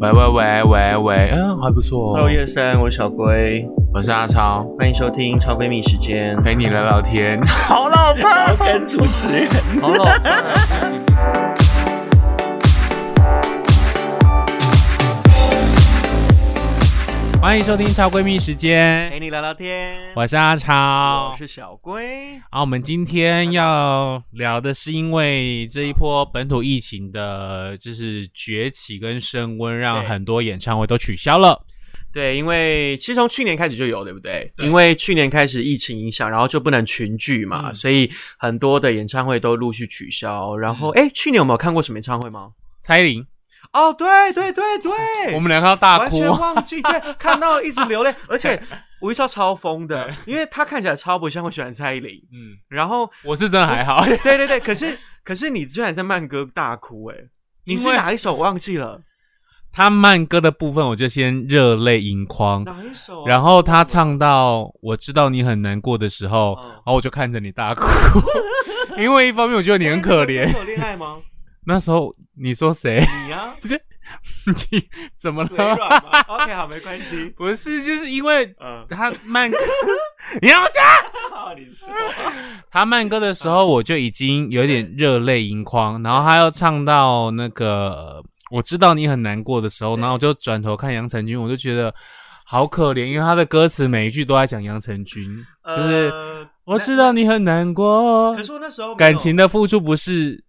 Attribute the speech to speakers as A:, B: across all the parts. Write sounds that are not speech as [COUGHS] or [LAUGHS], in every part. A: 喂喂喂喂喂，嗯，还不错哦。
B: Hello，叶三，我是小龟，
A: 我是阿超，
B: 欢迎收听超闺蜜时 [LAUGHS] 间，
A: 陪你聊聊天。好老婆，
B: 然后跟主持人，好老 [LAUGHS] 婆。
A: [LAUGHS] 欢迎收听超闺蜜时间，
B: 陪你聊聊天，
A: 我是阿超
B: 哎我。是小龟，
A: 啊，我们今天要聊的是因为这一波本土疫情的，就是崛起跟升温，让
B: 对
A: 很多演唱会都取消了。
B: 对，因为其实从去年开始就有，对不对？因为去年开始疫情影响，然后就不能群聚嘛，
A: 嗯
B: 所以很多的演唱会都陆续取消。然后，哎、去年有没有看过什么演唱会吗？
A: 蔡依林，
B: 哦，对对对对，
A: 我们两个要大
B: 哎完
A: 哭
B: 全。忘记， [LAUGHS] 对，看到一直流泪，而且吴一超超疯 [LAUGHS] 的，因为他看起来超不像会喜欢蔡依林。
A: 嗯，
B: 然后，
A: 我是真的还好。 [LAUGHS]
B: [LAUGHS] 对对对，可是可是你居然在慢歌大哭、哎，你是
A: 因为
B: 哪一首忘记了？
A: 他慢歌的部分，我就先热泪盈眶。
B: 哪一首啊、
A: 然后他唱到“我知道你很难过”的时候，
B: 嗯
A: 然后我就看着你大哭， [LAUGHS] 因为一方面我觉得你很可
B: 那
A: [LAUGHS] 怜。
B: 首恋爱吗？
A: 那时候你说谁？ [LAUGHS]
B: 你 [LAUGHS] 啊，
A: 你怎么
B: 嘴
A: 了
B: 软？吗？OK，好，没关系。
A: 不是，就是因为
B: 嗯，
A: 他慢歌， [LAUGHS] 你要讲
B: 好，你说。啊
A: 他慢歌的时候，我就已经有点热泪盈眶，然后他又唱到那个呃我知道你很难过的时候，然后我就转头看杨丞琳，我就觉得好可怜，因为他的歌词每一句都在讲杨丞琳，就是
B: 呃，
A: 我知道你很难过
B: 可，是我那时候没有
A: 感情的付出不是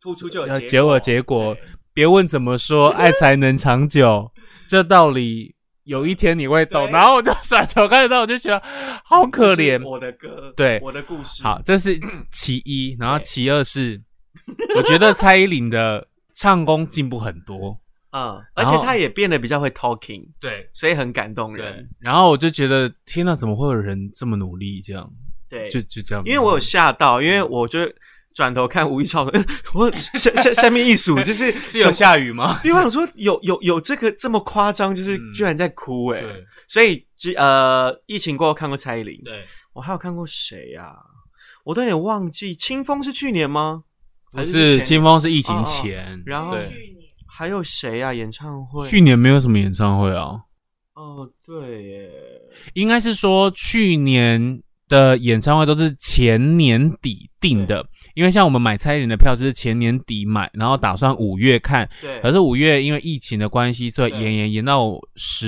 B: 付出就有
A: 要
B: 呃结果，
A: 结果
B: 对
A: 别问怎么
B: [LAUGHS]
A: 说，爱才能长久，这道理有一天你会懂。
B: 对
A: 然后我就转头看到，我就觉得好可
B: 这是
A: 怜。
B: 我的歌，
A: 对
B: 我的故事。
A: 好，，这是其一，然后
B: 对
A: 其二是，我觉得蔡依林的唱功进步很多。
B: 嗯，而
A: 然
B: 且
A: 后
B: 他也变得比较会 talking，
A: 对
B: 所以很感动
A: 对
B: 人。，
A: 然后我就觉得天哪，怎么会有人这么努力？这样
B: 对，
A: 就就这样，
B: 因为我有吓到，因为我就转头看吴亦超，嗯 [LAUGHS] 我下下下面一数 [LAUGHS] 就是
A: 是有
B: 怎么。
A: 下雨吗？
B: [LAUGHS] 因为我想说有有有这个这么夸张，就是
A: 嗯
B: 居然在哭哎、所以之呃，疫情过后看过蔡依林，
A: 对，
B: 我还有看过谁呀、啊？我都有点忘记，清风是去年吗？
A: 不
B: 还
A: 是
B: 前
A: 清风是疫
B: 哦
A: 情
B: 哦
A: 前，
B: 然后
A: 对
B: 还有谁啊？演唱会？
A: 去年没有什么演唱会啊。
B: 哦，对耶，
A: 应该是说去年的演唱会都是前年底定的，因为像我们买蔡依林的票就是前年底买，然后打算五月看，
B: 对，
A: 可是五月因为疫情的关系，所以
B: 对
A: 延延延到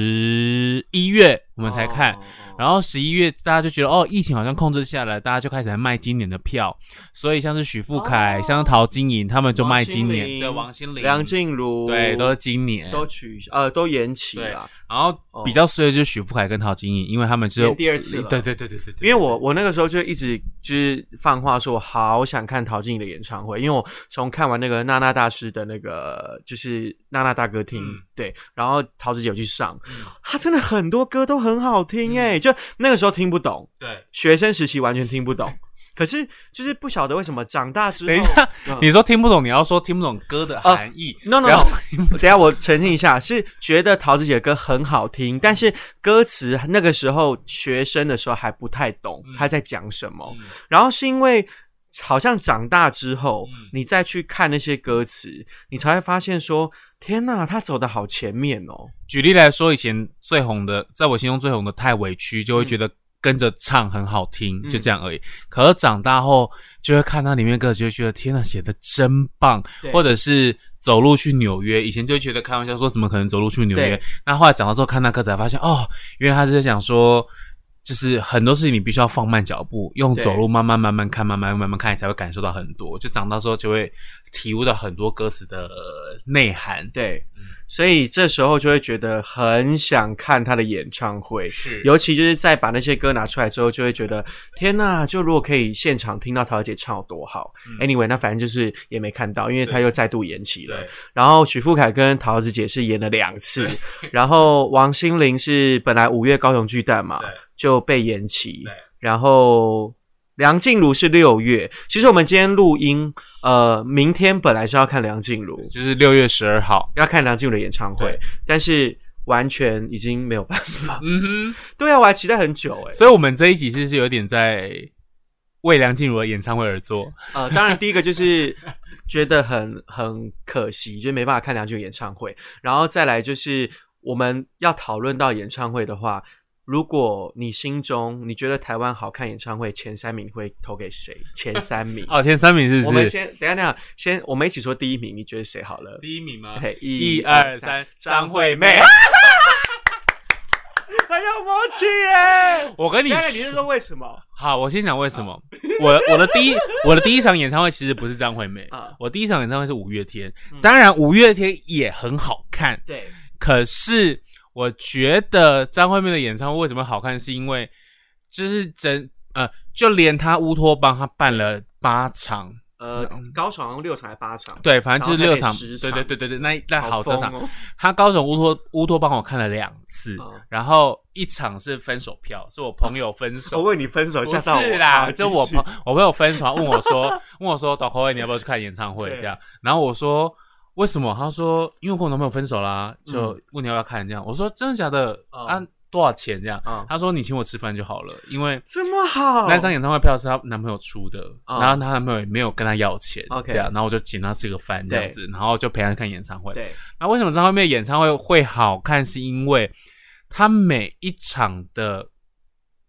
A: 十一月我
B: 我
A: 们才看。
B: 后
A: 然后十一月大家就觉得哦，疫情好像控制下来，大家就开始来卖今年的票，所以像是许富凯、
B: 哦
A: 像陶晶莹他们就卖今
B: 王心凌
A: 年，对王心凌、
B: 梁静茹
A: 对都是今年，
B: 都取呃都延期
A: 对
B: 了，
A: 然后比较衰的就是许富凯跟陶晶莹，因为他们只有
B: 哦连第二次了
A: 对对对对对对，
B: 因为我我那个时候就一直就是放话说，我好想看陶晶莹的演唱会，因为我从看完那个娜娜大师的那个就是娜娜大歌厅，
A: 嗯
B: 对，然后陶子姐有去上，
A: 嗯
B: 她真的很多歌都很好听哎、就那个时候听不懂，
A: 对，
B: 学生时期完全听不懂，可是就是不晓得为什么长大之后，
A: 等一下，
B: 嗯啊
A: 你说听不懂，你要说听不懂歌的含义。
B: No no
A: 然
B: no！
A: 后
B: [LAUGHS] 等一下我澄清一下，是觉得桃子姐的歌很好听，但是歌词那个时候学生的时候还不太懂
A: 嗯
B: 她在讲什么，
A: 嗯
B: 然后是因为好像长大之后，
A: 嗯
B: 你再去看那些歌词，你才会发现说，天呐，他走的好前面哦，
A: 举例来说，以前最红的，在我心中最红的《太委屈》，就会觉得跟着唱很好听，
B: 嗯
A: 就这样而已。可是长大后，就会看它里面的歌，就会觉得天呐，写的真棒
B: 对，
A: 或者是。走路去纽约，以前就会觉得开玩笑说怎么可能走路去纽约
B: 对？
A: 那后来长大之后看那歌才发现，哦，原来他是在讲说，就是很多事情你必须要放慢脚步，用
B: 对
A: 走路慢慢慢慢看，慢慢慢慢看，你才会感受到很多。就长大之后就会体悟到很多歌词的呃内涵。
B: 对，所以这时候就会觉得很想看他的演唱会，
A: 是
B: 尤其就是在把那些歌拿出来之后，就会觉得天呐，就如果可以现场听到桃姐唱有多好。anyway，那
A: 嗯
B: 反正就是也没看到，因为他又再度延期了
A: 对。
B: 然后许富凯跟桃子姐是演了两次，然后王心凌是本来五月高雄巨蛋嘛
A: 对，
B: 就被延期
A: 对，
B: 然后。梁静茹是六月，其实我们今天录音，呃，明天本来是要看梁静茹，
A: 就是六月十二号。
B: 要看梁静茹的演唱会
A: 对，
B: 但是完全已经没有办法。 [LAUGHS]
A: 嗯
B: 对啊，我还期待很久哎、
A: 哼，所以我们这一集其实有点在为梁静茹的演唱会而做。
B: 呃，当然第一个就是觉得很很可惜，就没办法看梁静茹演唱会。然后再来就是我们要讨论到演唱会的话，如果你心中你觉得台湾好看演唱会前三名会投给谁？前三名
A: 哦，前三名是
B: 我
A: 不
B: 们
A: 是？
B: 先等一下，等一下，先我们一起说第一名，你觉得谁好了？
A: 第一名吗
B: 嘿，
A: 一二三，张惠妹。[LAUGHS]
B: 很有默契耶！
A: 我跟你
B: 大概你是说为什么？
A: 好，我先讲为什么。我我的第一我的第一场演唱会其实不是张惠妹
B: 啊，
A: 我第一场演唱会是五月天
B: 嗯。
A: 当然，五月天也很好看，
B: 对，
A: 可是我觉得张惠妹的演唱会为什么好看，是因为就是整呃，就连她乌托邦，她办了八场，
B: 呃，
A: 嗯
B: 高潮好像六场还八场，
A: 对，反正就是六场
B: 然后台北十，
A: 对
B: 场
A: 对对对对，那那好
B: 疯
A: 多场。
B: 哦。
A: 他高雄乌托乌托帮我看了两次，
B: 哦
A: 然后一场是分手票，是我朋友分手。
B: [LAUGHS] 我为你分手，
A: 不
B: 吓到我
A: 是啦，
B: 好
A: 就
B: 继续
A: 我朋我朋友分手，他问我说，问我说，导口味你要不要去看演唱会？
B: 对
A: 这样，然后我说为什么？他说因为我跟我男朋友分手啦，就问你要不要看这样。我说真的假的？
B: 嗯
A: 啊，多少钱这样
B: 嗯？
A: 他说你请我吃饭就好了，因为
B: 这么好，
A: 那张演唱会票是她男朋友出的，
B: 嗯
A: 然后她男朋友也没有跟她要钱
B: OK
A: 这样，然后我就请她吃个饭这样子，然后就陪她看演唱会。
B: 对，
A: 那为什么张惠妹演唱会会好看？是因为她每一场的，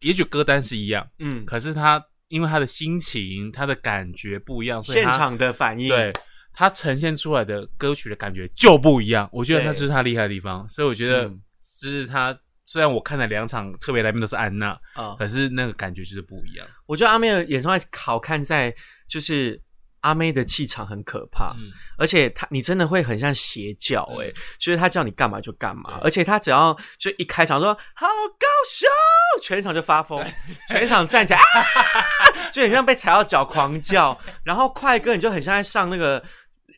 A: 也许歌单是一样，
B: 嗯，
A: 可是她因为她的心情、她的感觉不一样，所以
B: 现
A: 她
B: 场的反应，
A: 对她呈现出来的歌曲的感觉就不一样。我觉得
B: 对
A: 那就是她厉害的地方，所以我觉得
B: 嗯
A: 这是她。虽然我看了两场特别来宾都是安娜，
B: 啊，
A: 可是那个感觉就是不一样。
B: 我觉得阿妹的演唱会好看在就是阿妹的气场很可怕，
A: 嗯，
B: 而且她你真的会很像邪教哎、
A: 对
B: 就是她叫你干嘛就干嘛，
A: 对
B: 而且她只要就一开场说好高手，全场就发疯，全场站起来，啊、就很像被踩到脚狂
A: [LAUGHS]
B: 叫，然后快歌你就很像在上那个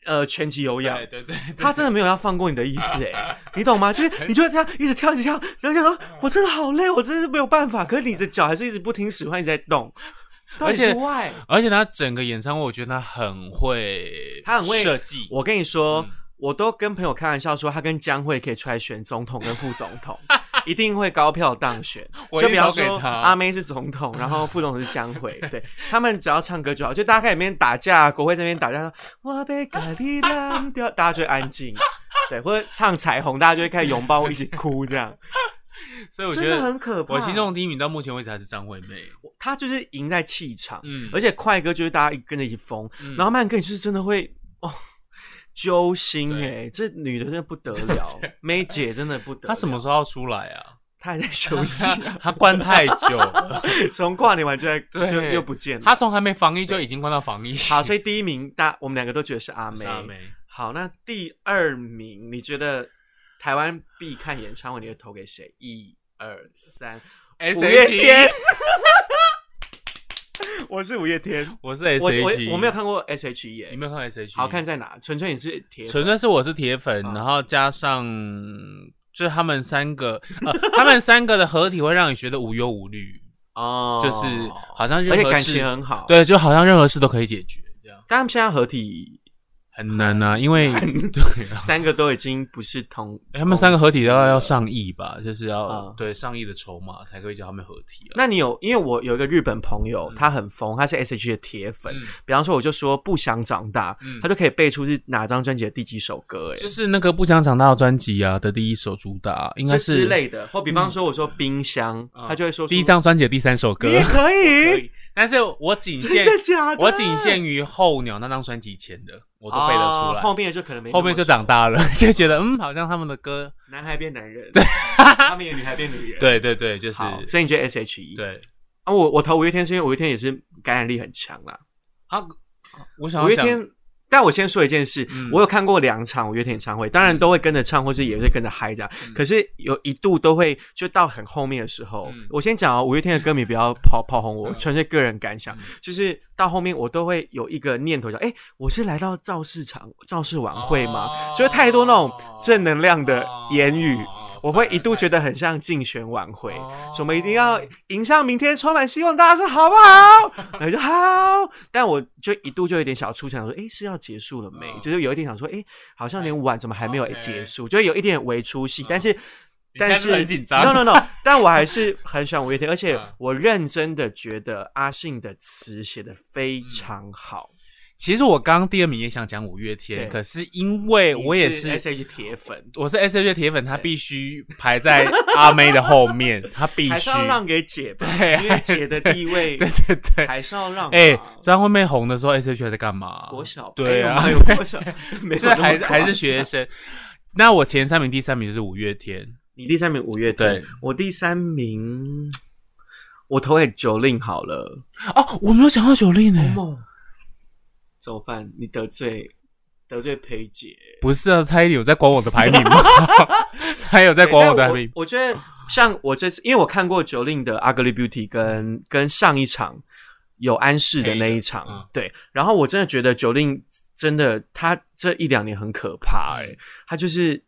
B: 呃拳击有氧
A: 对。对对，
B: 他真的没有要放过你的意思哎， [LAUGHS] 你懂吗？就是你就会这样一直跳，一直跳，然后就
A: 嗯
B: 说：“我真的好累，我真的是没有办法。”可是你的脚还是一直不听使唤，一直在动。到底
A: 而且
B: 是 why？
A: 而且他整个演唱会，我觉得他很会，
B: 他很会
A: 设计。
B: 我跟你说，
A: 嗯
B: 我都跟朋友开玩笑说，他跟江惠可以出来选总统跟副总统， [LAUGHS] 一定会高票当选。
A: [LAUGHS] 我
B: 就
A: 一
B: 比
A: 定
B: 方
A: 投给
B: 说，
A: 他
B: 阿妹是总统，然后副总统是
A: [LAUGHS]
B: 江惠，对他们只要唱歌就好，就大家在里面打架，国会这边打架，说我被咖喱烂掉， [LAUGHS] 大家就会安静。对，或者唱彩虹，大家就会开始拥抱，一起哭，这
A: [LAUGHS]
B: 样
A: 所以我觉
B: 真的
A: 得
B: 很可怕。
A: 我心中的第一名到目前为止还是张惠妹。
B: 他就是赢在气场，
A: 嗯，
B: 而且快歌就是大家一跟着一起疯，
A: 嗯
B: 然后慢歌你就是真的会哦揪心哎、
A: 对
B: 这女的真的不得
A: [LAUGHS]
B: 了，梅姐真的不得
A: 他
B: 了。
A: 什么时候要出来啊？
B: 她还在休息， [LAUGHS]
A: [LAUGHS] 他关太久了，
B: 从跨年完就在
A: [LAUGHS] 对
B: 就又不见
A: 他
B: 了。
A: 从还没防疫就已经关到防疫。
B: 好，所以第一名大我们两个都觉得是
A: [LAUGHS]
B: 阿妹。
A: 是阿妹，
B: 好，那第二名你觉得台湾必看演唱会，你会投给谁？一二三，
A: S
B: 五月
A: H
B: 天 [LAUGHS]
A: E，。
B: 我是五月天，
A: 我是 S
B: 我
A: H
B: 我
A: E，
B: 我没有，看过 S H E
A: 你
B: 耶，
A: 没有看 S H E？
B: 好看，在哪？纯粹你是铁粉
A: 纯粹是我是铁粉，
B: 啊
A: 然后加上就是他们三个， [LAUGHS] 呃，他们三个的合体会让你觉得无忧无虑，
B: 哦，
A: 就是好像
B: 而
A: 任
B: 且
A: 何
B: 感
A: 事
B: 情啊很好。，
A: 对，就好像任何事都可以解决这样。
B: 但他们现在
A: [LAUGHS]
B: 合体，
A: 很难啊，因
B: [LAUGHS]
A: 为对啊，
B: 三个都已经不是同，
A: 哎他们三个合体都要要
B: 公司了。
A: 上亿吧，就是要、
B: 嗯
A: 对上亿的筹码才可以叫他们合体啊。
B: 那你有，因为我有一个日本朋友，他很疯，他是 S.H.E 的铁粉。
A: 嗯
B: 比方说，我就说不想长大，
A: 嗯
B: 他就可以背出是哪张专辑的第几首歌，哎，
A: 就是那个不想长大的专辑啊的第一首主打，应该
B: 这
A: 是
B: 之类的。或比方说，我说冰箱，
A: 嗯
B: 他就会说
A: 第一
B: 出
A: 张专辑的第三首歌
B: 你。也可
A: 可
B: [LAUGHS] 以，
A: 以 [LAUGHS] 但是我仅限
B: 真的假的？
A: 我仅限于候鸟那张专辑前的，我
B: 我
A: 都背得出来。
B: 哦后面就可能没那么熟，
A: 后面就长大了， [LAUGHS] 就觉得嗯，好像他们的歌，
B: 男孩变男人，对，他们也女孩变女
A: [LAUGHS]
B: 人，。
A: 对对对，就是
B: 好，所以你觉得 S.H.E
A: 对。
B: 啊，我我投五月天是因为五月天也是感染力很强啦。
A: 啊，我想
B: 五
A: 要
B: 月
A: 讲，
B: 天，但我先说一件事，
A: 嗯
B: 我有看过两场五月天演唱会，当然都会跟着唱，或是也是跟着嗨这样。
A: 嗯
B: 可是有一度都会就到很后面的时候，
A: 嗯
B: 我先讲哦，五月天的歌迷不要炮炮轰我，
A: 嗯
B: 纯粹个人感想，就是到后面我都会有一个念头想，哎、我是来到造势场、造势晚会吗？
A: 哦
B: 就是太多那种正能量的言语。
A: 哦
B: 我会一度觉得很像竞选晚会，
A: 哦
B: 什么一定要迎向明天，充满希望，大家说好不好？ [LAUGHS] 然后就好，但我就一度就有点小出想说，诶，是要结束了没？
A: 嗯
B: 就是有一点想说，诶，好像有点晚，怎么还没有
A: OK 嗯
B: 结束？就有一点微出戏，但是。
A: 你现在
B: 但
A: 是不是
B: 是
A: 很紧张
B: n o No No，但我还是很喜欢五月天，而且
A: [LAUGHS] 嗯嗯
B: 我认真的觉得阿信的词写的非常好，
A: 其实我刚刚第二名也想讲五月天，
B: 对
A: 可是因为我也
B: 你是
A: 是
B: S H 铁粉，
A: 我是 S H 铁粉，他必须排在阿妹的后面，他必
B: 还
A: 须
B: 是要让给姐吧，
A: 对
B: 因为姐的地位
A: [LAUGHS] 对对对。
B: 还是要让吧。
A: 哎，张惠妹红的时候，S H 在干嘛？
B: 国小
A: 对啊
B: 哎
A: [LAUGHS]
B: 呦有国小，没有
A: 就是
B: 那么
A: 还是
B: 夸张
A: 还是学。生。那我前三名，第三名就是五月天。
B: 你第三名五月天
A: 对，
B: 我第三名，我投给九令好了。
A: 哦，我没有想到九令呢、
B: 哦，怎么办？你得罪得罪裴姐，
A: 不是啊，蔡依林有在管我的排名吗？ [LAUGHS] 他有在
B: 对
A: 管我的
B: 但
A: 排名。
B: 我我觉得像我这次，因为我看过九令的《Ugly Beauty》跟跟上一场有安室的那一场，
A: 黑的嗯
B: 对，然后我真的觉得九令真的他这一两年很可怕、
A: 嗯
B: 欸，他就是。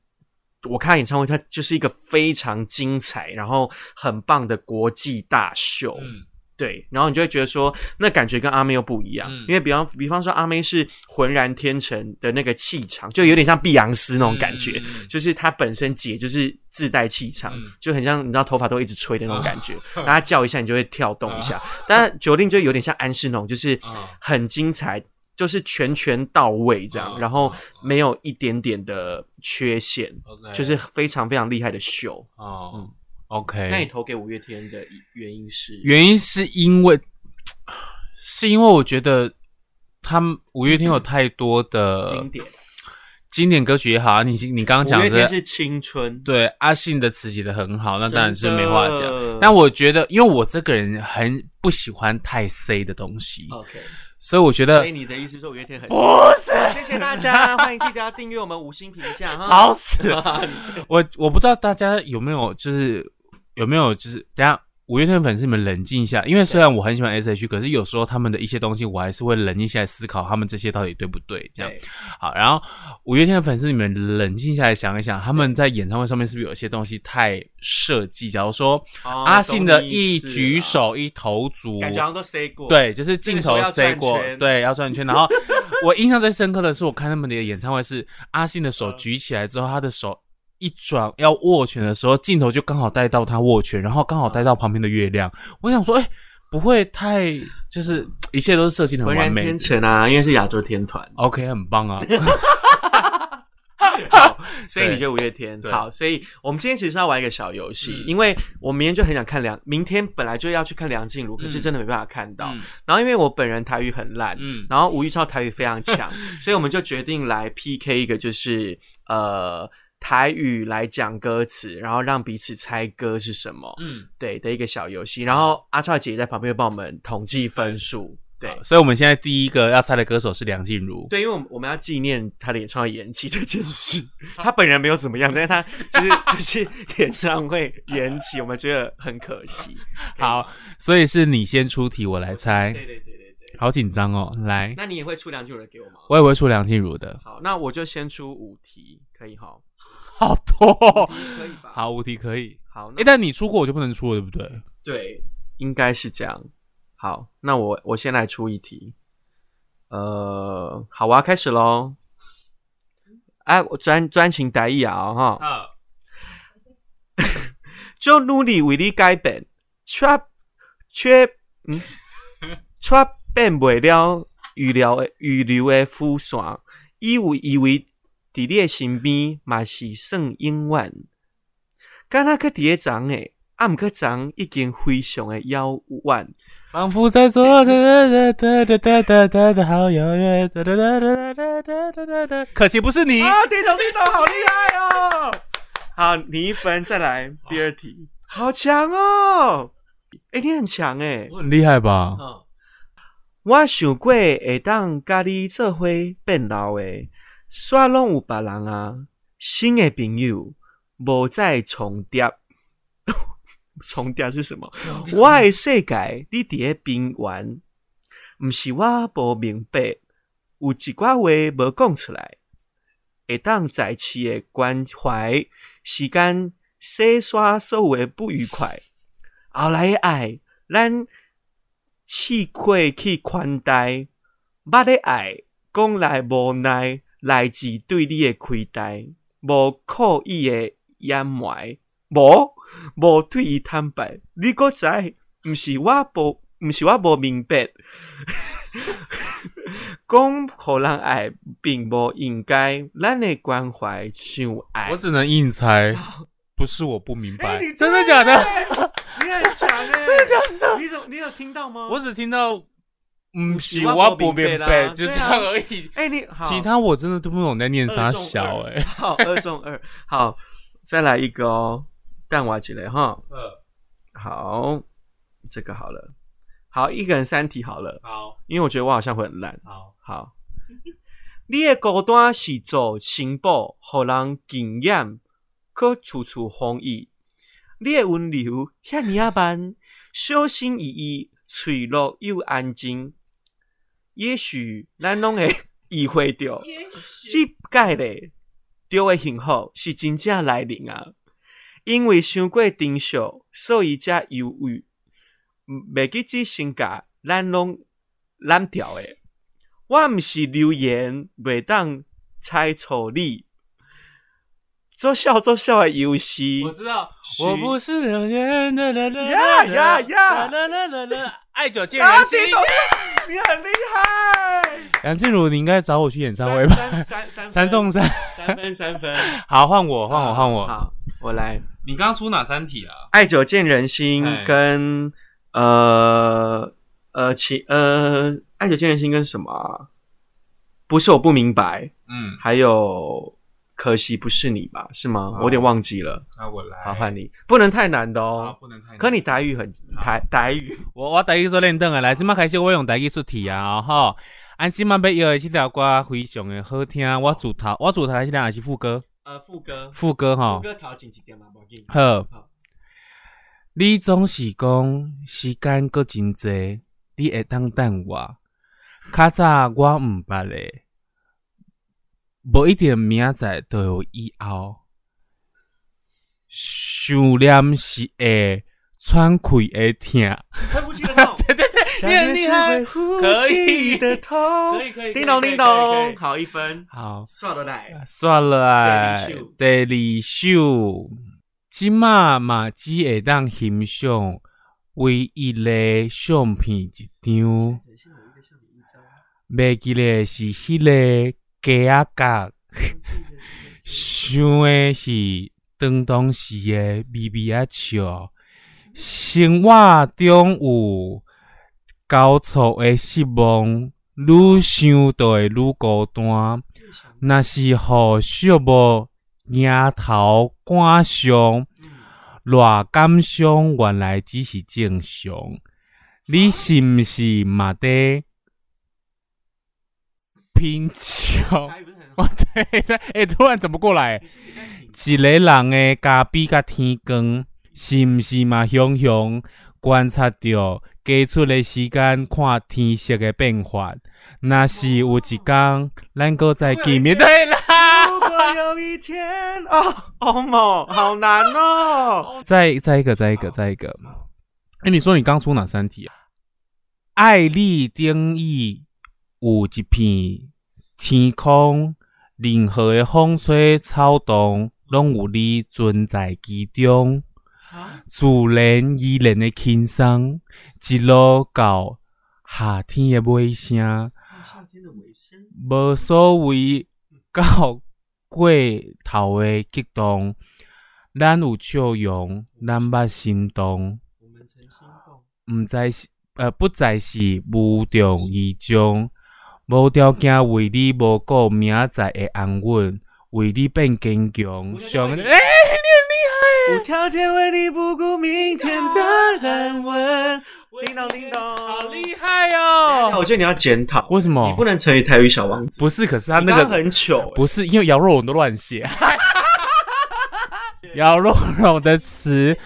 B: 我看演唱会，他就是一个非常精彩，然后很棒的国际大秀。
A: 嗯，
B: 对，然后你就会觉得说，那感觉跟阿妹又不一样，
A: 嗯
B: 因为比方比方说阿妹是浑然天成的那个气场，就有点像碧昂斯那种感觉，
A: 嗯嗯嗯
B: 就是她本身姐就是自带气场，
A: 嗯
B: 就很像你知道头发都一直吹的那种感觉，然后她叫一下你就会跳动一下，但九令就有点像安室那种，就是
A: 啊
B: 很精彩，就是全全到位这样，
A: 啊
B: 然后没有一点点的缺陷，
A: OK
B: 就是非常非常厉害的秀。
A: 嗯哦
B: 嗯
A: ，OK。
B: 那你投给五月天的原因是？
A: 原因是因为，是因为我觉得他们五月天有太多的
B: 经典，
A: 经典歌曲也好啊，你你刚刚
B: 五
A: 讲
B: 月天
A: 的
B: 是青春，
A: 对阿信的词写的很好，那
B: 真的
A: 当然是没话讲。但我觉得，因为我这个人很不喜欢太 C 的东西，
B: OK，
A: 所以我觉
B: 哦所
A: 得
B: 以你的意思是说五月天很
A: 不是
B: 谢谢大
A: [LAUGHS]
B: 家，欢迎记得要订阅我们五星评价哈。
A: 吵死了。我我不知道大家有没有就是有没有就是等一下。五月天粉丝，你们冷静一下，因为虽然我很喜欢 S.H.，可是有时候他们的一些东西，我还是会冷静下来思考，他们这些到底对不对？这样
B: 对
A: 好，然后五月天的粉丝，你们冷静下来想一想，他们在演唱会上面是不是有些东西太设计？假如说、
B: 哦
A: 阿信的一
B: 懂你意思
A: 举
B: 了
A: 手一投足，
B: 啊感觉好像都 say 过，，
A: 对，就是镜头
B: 这个时候要
A: C 过
B: 转，圈
A: 对，要转圈。然后我印象最深刻的是，我看他们的演唱会是阿信的
B: 嗯
A: 手举起来之后，他的手一转要握拳的时候，镜头就刚好带到他握拳，然后刚好带
B: 嗯
A: 到旁边的月亮。我想说，哎、不会太就是一切都是设计的很
B: 浑
A: 完
B: 然
A: 美
B: 天。成啊，因为是亚洲天团，
A: OK，很棒
B: [LAUGHS]
A: 啊，
B: 所以你就五月天
A: 对
B: 好。所以我们今天其实是要玩一个小游戏，
A: 嗯
B: 因为我明天就很想看梁，明天本来就要去看梁静茹，可是真的没办法看到。
A: 嗯
B: 然后因为我本人台语很烂，
A: 嗯
B: 然后吴玉超台语非常 [LAUGHS] 强，所以我们就决定来 PK 一个，就是呃台语来讲歌词，然后让彼此猜歌是什么，
A: 嗯，
B: 对的一个小游戏。然后阿超姐在旁边帮我们统计分数，对
A: 好。所以我们现在第一个要猜的歌手是梁静茹。
B: 对，因为我们我们要纪念她的演唱会延期这件 [LAUGHS] 事，她本人没有怎么样，但是她就是就是演唱会延期，我们觉得很可 [LAUGHS] 惜。
A: 好，所以是你先出题，我来猜
B: 对，。对对对对对。
A: 好紧张哦，来，
B: 那你也会出两句人给我吗？
A: 我也会出梁静茹的， [LAUGHS]
B: 好，那我就先出五题，可以哈？
A: 好多哦、
B: 五题可以吧？
A: 好，五题可以。
B: 好，
A: 哎、
B: 那
A: 但你出过我就不能出了，对不对？
B: 对，应该是这样。好，那我我先来出一题。呃，好，我要开始喽。哎、我专专情达意啊、哈。
A: 啊，
B: 就努力为你改变，却却嗯，却变袂了预料的预留的浮线。以为以为伫你的身边嘛是算永远，敢若去伫咧昨诶，啊毋过昨已经非常的遥远。
A: 仿佛在做哒哒哒哒哒哒哒哒，好遥远，哒哒哒哒哒哒哒哒哒。可惜不是你。
B: 啊，叮咚叮咚，好厉害哦！好，你一分，再来第二题，好强哦！诶、你很强哎诶、
A: 我很厉害吧？
B: 我想过会当甲你做伙变老的，煞拢有别人啊，新的朋友无再重叠。 [LAUGHS] 重叠是什么？我的世界，你伫咧边缘，毋是我无明白，有一寡话无讲出来，会当再次的关怀，时间洗刷所有的不愉快，后来的爱，咱试过去宽待，捌的爱，讲来无奈，来自对你的亏待，无故意的掩埋，无无对伊坦白，你个知，毋是我无，毋是我无明白， [LAUGHS] 讲互人爱，并无应该，咱的关怀像爱
A: 我。只能硬猜，不是我不明白，
B: 哎你
A: 真的假的？
B: 的？你很
A: [LAUGHS]
B: 强哎、真的假的？你怎么你有听到吗？
A: 我只听到嗯，喜
B: 是我
A: 欢
B: 不
A: 不
B: 明白
A: 明
B: 啦
A: 白，就
B: 对
A: 这
B: 啊
A: 样而已。
B: 哎、你好，
A: 其他我真的都不懂在念啥
B: 二中
A: 小
B: 二
A: 哎。
B: [LAUGHS] 好二中二，好，再来一个哦，蛋瓦几类哈，好，这个好了，好，一个人三题好了，
A: 好
B: 因为我觉得我好像会很烂，
A: 好，
B: 好。你的孤单是做情报，互人敬仰，可处处防疫。你的温柔遐尼啊慢，小心翼翼，脆弱又安静。也许咱拢会 [LAUGHS] 意会到，即届咧，对的幸福是真正来临啊！因为伤过珍惜，所以才犹豫。嗯袂记即性格，咱拢咱调诶。我毋是留言，袂当猜错你。做笑做笑的游戏，
A: 我知道，
B: 是
A: 我不是人人的人人
B: 呀呀呀
A: 啦啦啦啦，爱久见
B: 啊
A: 人
B: 你
A: 心。
B: 懂了，你很厉害。
A: 梁静茹，你应该找我去演唱会吧？
B: 三三
A: [LAUGHS]
B: 三
A: 三中三，
B: 三分三分，
A: 好，换我，换我，换我。
B: 好，我来。
A: 你刚刚出哪三题啊？
B: 爱久见人心
A: 哎
B: 跟呃呃其呃爱久见人心跟什么啊？不是我不明白，
A: 嗯，
B: 还有可惜不是你吧？是吗？
A: 好
B: 我有点忘记了。
A: 那我来。
B: 好，换你，不能太难的哦。
A: 不能太难
B: 可你台语很
A: 好
B: 台台语，
A: 我我台语做练凳的，来，即马开始我用台语出题啊，吼。安即马要摇的这条歌非常的好听，我主头我主头这条也是副歌，
B: 呃，副歌，
A: 副歌吼。
B: 歌调整一点嘛，无紧
A: 好
B: 好，
A: 你总是讲时间阁真济，你会当等我。较早我毋捌咧，无一定明仔载就有以后。想念是会喘气会疼。
B: 快呼吸得 [LAUGHS] 到。
A: 对对对，
B: 想念是会呼吸的痛。
A: 以可以
B: 哦叮咚叮咚，好一分，
A: 好。
B: 算得来。
A: 算了，哎第
B: 第
A: 二首，即马嘛只会当欣赏唯一的相片一张，袂记咧是迄个鸡仔角，想的是当当时的微微啊笑，生活中有交错的失望，愈想就会愈孤单。若是互寂寞额头赶上，偌感伤原来只是正常。你是毋是嘛得贫穷？
B: 台语不是很好
A: [LAUGHS] 我对，哎、突然怎么过来？
B: 你是不
A: 一
B: 是在挺
A: 个人的咖比甲天光，是毋是嘛？雄雄观察到加出的时间，看天色的变化。若是有一天，咱搁再见面。对啦，
B: 如果有一天，哦，欧某，好难哦。
A: [LAUGHS] 再再一个，再一个，再一个。哎、你说你刚出哪三题啊？爱丽定义有一片天空，任何的风吹草动，拢有你存在其中。自然依然的轻松，一路到夏天的尾声，
B: 啊夏天的尾声，
A: 无所谓到过头的激动，咱有笑容，咱捌心动，
B: 我们曾心动。
A: 毋知是呃不再是无动于衷，无条件为你无顾明仔载的安稳，为你变坚强，上哎、
B: 无条件为你不顾明天的安稳。叮咚叮咚，
A: 好厉害
B: 等一下
A: 哦！
B: 我觉得你要检讨，
A: 为什么
B: 你不能成为台语小王子。
A: 不是，可是他
B: 你
A: 那
B: 刚
A: 个
B: 刚很糗，
A: 不是，因为姚若龙都乱写， [LAUGHS] 姚若龙的词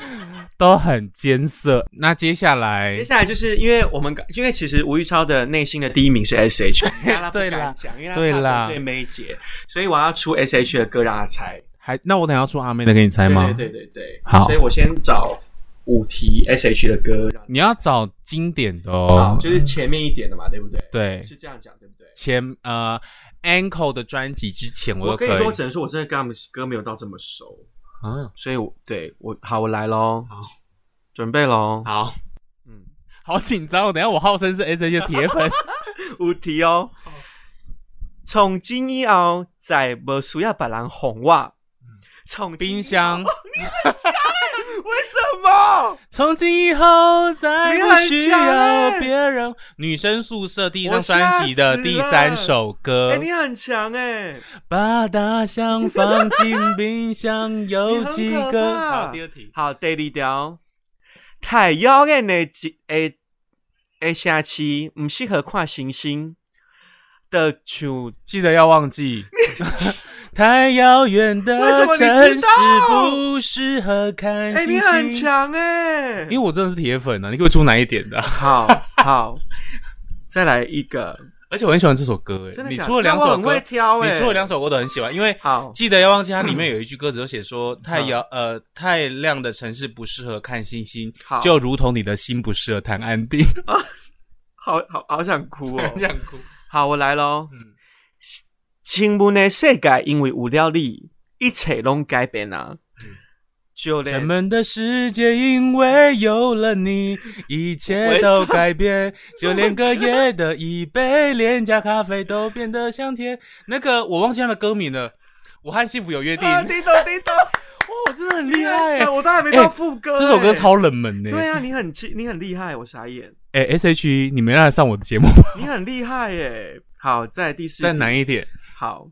A: 都很艰涩。那接下来
B: 接，下来就是因为我们刚，因为其实吴玉超的内心的第一名是 S H，
A: 对啦
B: 啦，讲，因为他
A: 对啦
B: 怕得罪梅姐，所以我要出 S H 的歌让他猜，
A: 还那我等一下要出阿妹的给你猜
B: 对
A: 吗？
B: 对对对对，
A: 好
B: 所以我先找五题 S H 的歌让
A: 你要找经典的
B: 好
A: 哦，，
B: 就是前面一点的嘛，对不对？
A: 对，
B: 是这样讲对不对？
A: 前呃 Ankle 的专辑之前我
B: 我
A: 都可
B: 跟
A: 以
B: 你说，我只能说我真的跟他们歌没有到这么熟，
A: 啊，
B: 所以我对我好，我来喽，
A: 好，
B: 准备喽，
A: 好
B: 嗯， [LAUGHS]
A: 好紧张哦，等一下我号称是 S H 的铁粉，
B: 五题哦，从今以后再不需要把人哄我。从
A: 嗯
B: 今以后
A: 冰箱，
B: 为什么？
A: 从今以后再
B: 你
A: 不
B: 很
A: 需
B: 强
A: 要
B: 欸
A: 别人。女生宿舍第一张
B: 我
A: 专辑
B: 吓
A: 的
B: 死
A: 第
B: 了
A: 三首歌，
B: 哎、你很强哎、
A: 把大象放进冰箱，有几
B: 你很可
A: 个？
B: 怕
A: 好，第二题。
B: 好，第二条，太遥远的一诶诶城市，唔适合看星星。的像
A: 记得要忘
B: [LAUGHS]
A: 记。太遥远的
B: 为什么你
A: 城
B: 知
A: 市
B: 道
A: 不适合看
B: 哎、
A: 星星。
B: 你很强哎、
A: 因为我真的是铁粉啊！你给我出哪一点的啊、
B: 好好，再来一个，
A: 而且我很喜欢这首歌、哎，
B: 真的
A: 你
B: 假的
A: 出了两
B: 那我
A: 首
B: 很
A: 歌，
B: 会挑哎、
A: 你出了两首歌我都很喜欢，因为
B: 好
A: 记得要忘记它里面有一句歌词就写说
B: 嗯
A: 太遥呃太亮的城市不适合看星星，
B: 好
A: 就如同你的心不适合谈安
B: [LAUGHS]
A: 定。，
B: 好好好想哭哦
A: [LAUGHS] 这样哭，
B: 好，我来喽。
A: 嗯
B: 新闻的世界，因为有了你，一切拢改变啊。
A: 嗯
B: 就
A: 沉
B: 连
A: 闷的世界，因为有了你，一切都改变，就连隔夜的一杯廉价咖啡都变得香甜。那个我忘记他的歌名了，我和幸福有约定。
B: 啊，叮咚叮咚，
A: 哦，真的很
B: 你
A: 厉害
B: 很
A: 欸
B: [LAUGHS] 强，！我都还没到
A: 哎
B: 副歌、
A: 这首歌
B: 哎
A: 超冷门呢。
B: 对啊，你很气，你很厉害，我傻眼，
A: 哎，S H E，你没让他上我的节目吧？
B: 你很厉害耶。好，再来第四题，
A: 再难一点。
B: 好。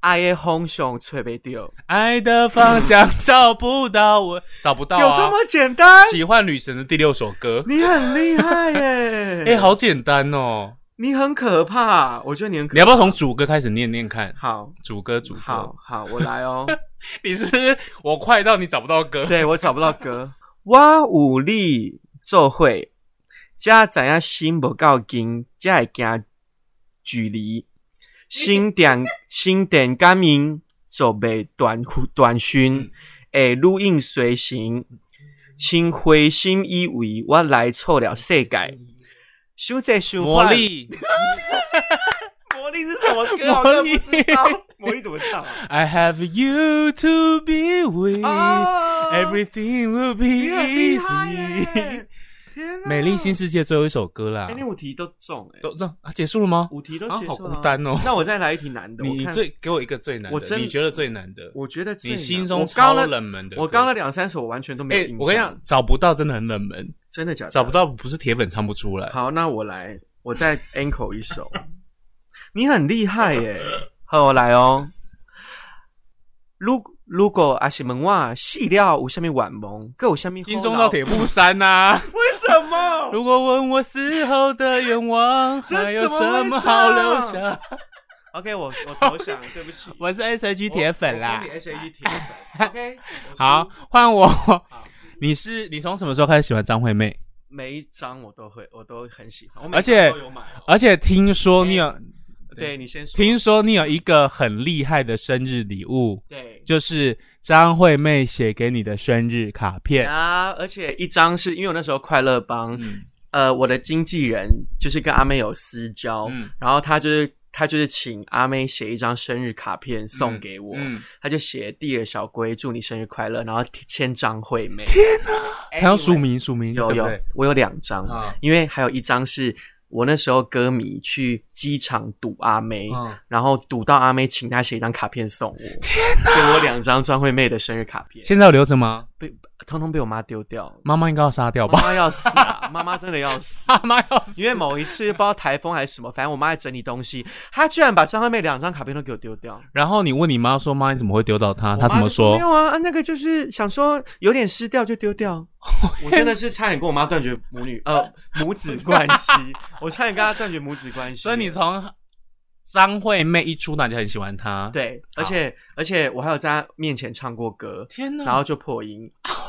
B: 爱的方向找不到，啊
A: 爱的方向找不到我，找不到
B: [LAUGHS] 有这
A: 啊！
B: 么简单？
A: 喜欢女神的第六首歌，
B: 你很厉害耶！
A: [LAUGHS] 哎，，好简单哦！
B: 你很可怕，我觉得你很可
A: 你要不要从主歌开始念念看？
B: 好
A: 主歌，主歌
B: 好。好，我来哦。 [LAUGHS]
A: 你是不是我快到你找不到歌？
B: 对我找不到歌。我有你做伙，才知影心无够近，才会惊距离。心电 [LAUGHS] 心电感应做袂短短
A: 嗯
B: 讯，会录音随行。请灰心以为我来错了世界。想这想
A: 魔
B: 那，
A: 力，
B: 魔力是什么歌？啊
A: 魔
B: 我真的
A: 力
B: 不知道。魔力怎么唱啊？
A: [LAUGHS] I have you to be with,、
B: 啊
A: everything will be
B: 你很厉害
A: easy
B: 耶。！天哪
A: 美丽新世界最后一首歌啦
B: 哎、，你五题都中哎、
A: 都这样啊结束了吗？
B: 五题都
A: 啊
B: 写、
A: 好孤单哦
B: 那我再来一题难的，
A: 你
B: 我看
A: 最给我一个最难的，
B: 我真
A: 你觉得最难的，
B: 我觉得最
A: 你
B: 难
A: 心中
B: 我刚
A: 超
B: 了
A: 冷门的歌
B: 我刚了两三首，我完全都没
A: 哎、
B: 有印象。
A: 我跟你讲，，找不到真的很冷门，
B: 真的假的？
A: 找不。到不是铁粉唱不出来。
B: 好，那我来，我再 ankle 一首。你很厉害耶！好，我来哦。如如果阿是问我死了有虾米愿望，各有虾米
A: 金钟罩铁布衫呐、啊，
B: 为什
A: [LAUGHS]
B: 么？
A: 如果问我死后的愿望，
B: 这
A: 还有
B: 怎么
A: 什
B: 会
A: 么好留 [LAUGHS]
B: 唱
A: 下？
B: [LAUGHS] OK，我我投降，
A: [LAUGHS]
B: 对不起，
A: 我是 S H 铁粉啦。
B: 我我跟你 S H E 铁
A: [LAUGHS]
B: 粉。OK，我输
A: 好，换我。你是你从什么时候开始喜欢张惠妹？
B: 每一张我都会，我都很喜欢，我每
A: 而且
B: 张都有买哦、
A: 而且听说你有，
B: 对你先说，
A: 听说你有一个很厉害的生日礼物，
B: 对
A: 就是张惠妹写给你的生日卡片。
B: 啊，而且一张是因为我那时候快乐帮，
A: 嗯
B: 呃，我的经纪人就是跟阿妹有私交，
A: 嗯
B: 然后他就是他就是请阿妹写一张生日卡片送给我，
A: 嗯，
B: 他就写“弟儿小龟祝你生日快乐”，然后签张惠妹，
A: 还要署名署名，
B: 有
A: 对不
B: 有
A: 对，
B: 我有两张，
A: 啊
B: 因为还有一张是。我那时候歌迷去机场堵阿妹，
A: 嗯
B: 然后堵到阿妹，请她写一张卡片送我。天哪！所以我两张张惠妹的生日卡片，
A: 现在有留着吗？
B: 被通通被我妈丢掉了。
A: 妈妈应该要杀掉
B: 妈
A: 吧？ [LAUGHS]
B: 妈要死啊！妈妈真的要死。
A: 妈妈要死
B: 因为某一次不知道台风还是什么，反正我妈在整理东西，她居然把张惠妹两张卡片都给我丢掉。
A: 然后你问你妈说：“妈，你怎么会丢到啊她？”
B: 我
A: 她
B: 妈
A: 怎么
B: 就
A: 说
B: 没？有啊，啊那个就是想说有点湿掉就
A: [LAUGHS]
B: 丢掉。我真的是差点跟我妈断绝母女呃母子关系， [LAUGHS] 我差点跟她断绝母子关系。
A: 所以你从张惠妹一出道你就很喜欢她。，
B: 对，而且而且我还有在她面前唱过歌，
A: 天哪！
B: 然后就
A: [LAUGHS]
B: 破音。
A: 哦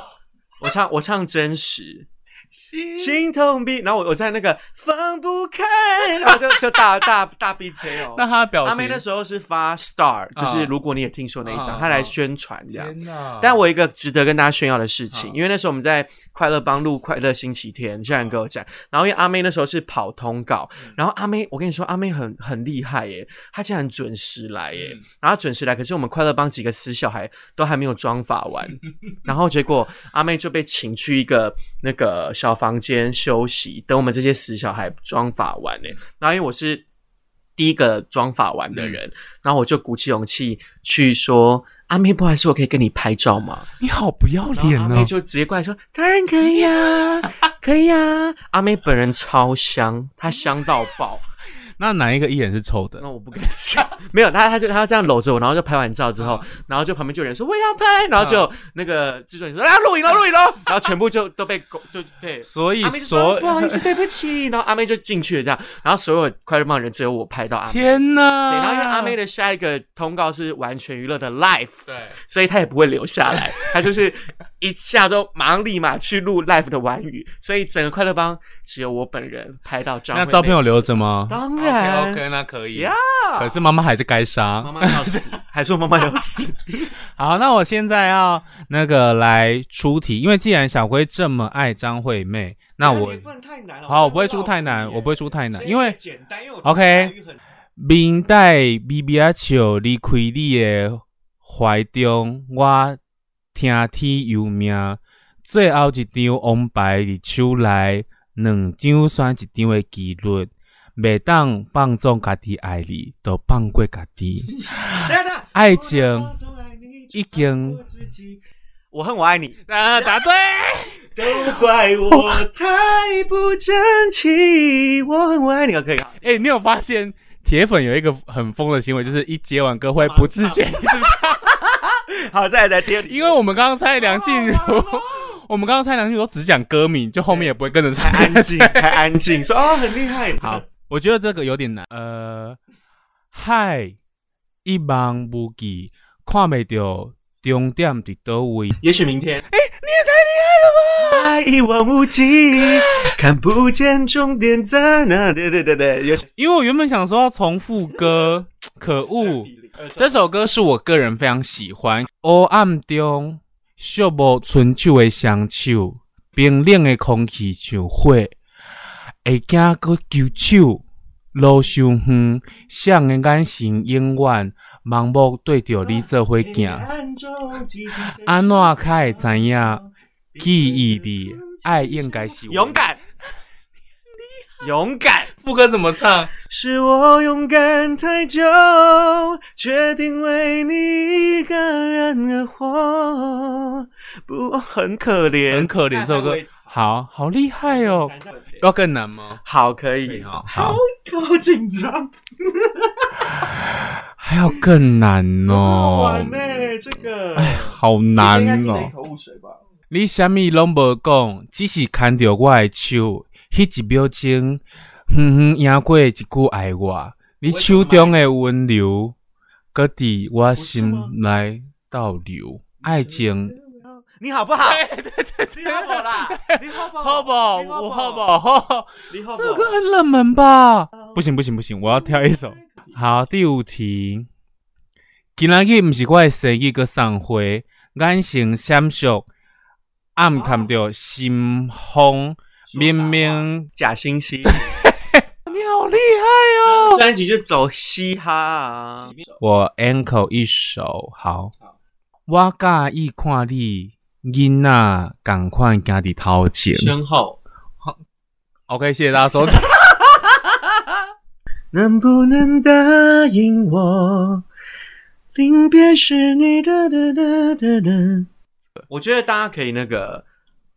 B: 我唱我唱真实，
A: 心
B: 心痛比，然后我我在那个放不开，然后就就大大大 B C 哦。
A: [LAUGHS] 那她的表情，
B: 阿妹那时候是发 Star，就是
A: 嗯
B: 如果你也听说那一
A: 啊
B: 张，她来宣传这样。
A: 天哪！
B: 但我有一个值得跟大家炫耀的事情
A: 啊，
B: 因为那时候我们在快乐帮录快乐星期天，家人跟我讲，然后因为阿妹那时候是跑通告，然后阿妹，我跟你说，阿妹很很厉害耶，她竟然准时来耶，
A: 嗯
B: 然后她准时来，可是我们快乐帮几个死小孩都还没有装法完，然后结果阿妹就被请去一个那个小房间休息，等我们这些死小孩装法完呢。然后因为我是第一个妆法完的人，然后我就鼓起勇气去说：“阿妹，不好意思，我可以跟你拍照吗
A: 你好不要？”
B: 然后
A: 脸
B: 阿
A: 哦
B: 妹！就直接过来说：“当然可以啊，
A: [LAUGHS]
B: 可以啊。”阿妹本人超香，她香到爆。
A: 那哪一个艺人是臭的
B: 那？我不敢讲，没有，他他就他这样搂着我，然后就拍完照之后，
A: 嗯
B: 然后就旁边就有人说我也要拍，然后就有那个制作人说啊录影喽录影喽，然后全部就都被狗就对。
A: 所以
B: 阿妹就说
A: 所
B: 不好意思，对不起，然后阿妹就进去了这样，然后所有快乐帮人只有我拍到阿妹，
A: 天啊哪！
B: 对，然后因为阿妹的下一个通告是完全娱乐的 live，
A: 对，
B: 所以她也不会留下
C: [LAUGHS]
B: 来，她就是一下就马上立马去录 live 的玩语，所以整个快乐帮只有我本人拍到张惠
A: 那
B: 妹
A: 照片有留着吗？
B: 当然
A: OK，那可以
B: 呀。
A: 可是妈妈还是该杀。
B: 妈要死， [LAUGHS] 还说妈妈要死。
C: [LAUGHS]
A: 好，那我现在要那个来出题，因为既然小龟这么爱张惠妹，那我
C: 不能太难哦了。
A: 好，我不会出太难，我不会出太难，因为
C: 简单，因为我
A: OK
C: 台语很
A: 明代 B B 啊笑离开你的怀中，我听天由命。最后一张王牌伫手内，两张选一张的几率，袂当放纵家己爱你，都 [LAUGHS] 放过家己。
C: 等等
A: [LAUGHS] 爱情
C: 我放出来你就
A: 已经
C: 放过自己我恨我爱你，
A: 啊，答对！
C: 都怪我太不争气。 [LAUGHS] 我恨我爱你，可以
A: 哎、你有发现铁粉有一个很疯的行为，就是一接完歌会不自觉，
B: 好，再来再来第二题，
A: 因为我们刚刚猜梁静茹， [LAUGHS] 我们刚刚猜梁静茹都只讲歌名，就后面也不会跟着
B: 还
A: 猜。
B: 安静，还安静，说哦很厉害。
A: [LAUGHS] 好，， [LAUGHS] 我觉得这个有点难。呃，嗨，一望无际，看未到终点伫倒位。
B: 也许明天哎
C: 爱一望无际，看不见终点在哪。对对对对，有
A: 因为我原本想说要重复歌， [COUGHS] 可恶！这首歌是我个人非常喜欢。黑暗中，寂寞春秋的双手，冰冷的空气像火，会惊个求手，路伤远，相的眼神永远盲目对着你做伙行。
C: 暗中寂静
A: 安怎才会知影？记忆里，爱应该是我
B: 勇。敢，
A: [LAUGHS]
B: 勇敢，
A: 副歌怎么唱？
C: 是我勇敢太久，决定为你一个人而活。
B: 不很可
A: 很
B: 怜。
A: 可怜，这首歌好好厉害哦。要更难吗？
B: 好，可以。
A: 好，
C: 好紧张，
A: 还要更难
C: 好
A: 哦
C: 玩。呢、这个。
A: 哎，好
C: 应该
A: 难
C: 是那一
A: 哦。
C: 口雾水吧。
A: 你啥物拢无讲，只是牵着我的手，迄一秒钟，哼哼，赢过一句爱我。你手中的温柔，搁伫我心内倒流。爱情
B: 你好不好？你好不好啦？你好不好？
A: 好不好？我好不
B: 不？
A: 好？
B: 你好
A: 这
B: 不
A: 首
B: 好
A: 歌？很冷门吧？不行不行不行，我要挑一首。好，第五题。今仔日毋是我的生日，搁送花，眼神闪烁，暗藏着心慌，明明
B: 假惺惺，
A: 你好厉害哦！
B: 专辑就走嘻哈啊。
A: 我 ankle 一首好，我介意看你囡仔共款行伫头前。
B: 身后
A: OK，谢谢大家收 [LAUGHS] 听。
C: 能不能答应我？临别时你的的的的的，
B: 我觉得大家可以那个，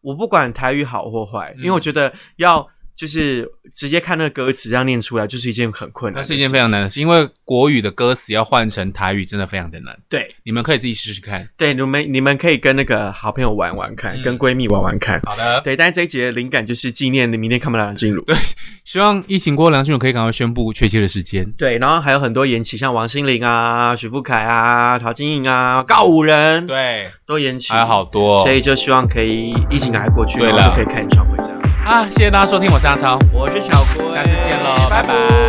B: 我不管台语好或坏，
A: 嗯
B: 因为我觉得要就是直接看那个歌词这样念出来，就是一件很困难
A: 那
B: 的事
A: 是
B: 情，
A: 一件非常难的事，因为国语的歌词要换成台语，真的非常的难。
B: 对
A: 你们可以自己试试看。
B: 对。你们你们可以跟那个好朋友玩玩看，
A: 嗯
B: 跟闺蜜玩玩看。
A: 好的，
B: 对，但是这一节的灵感就是纪念明天看不到梁静茹。对
A: 希望疫情过后，梁静茹可以赶快宣布确切的时间。
B: 对，然后还有很多延期，像王心凌啊、许富凯啊、陶晶莹啊、告五人
A: 对，
B: 都延期，
A: 还有好多、
B: 所以就希望可以疫情赶快过去，
A: 哦对
B: 然
A: 了
B: 后就可以看演唱会这样。
A: 啊！谢谢大家收听，我是阿超。
B: 我是小郭，
A: 下次见喽拜拜
B: 拜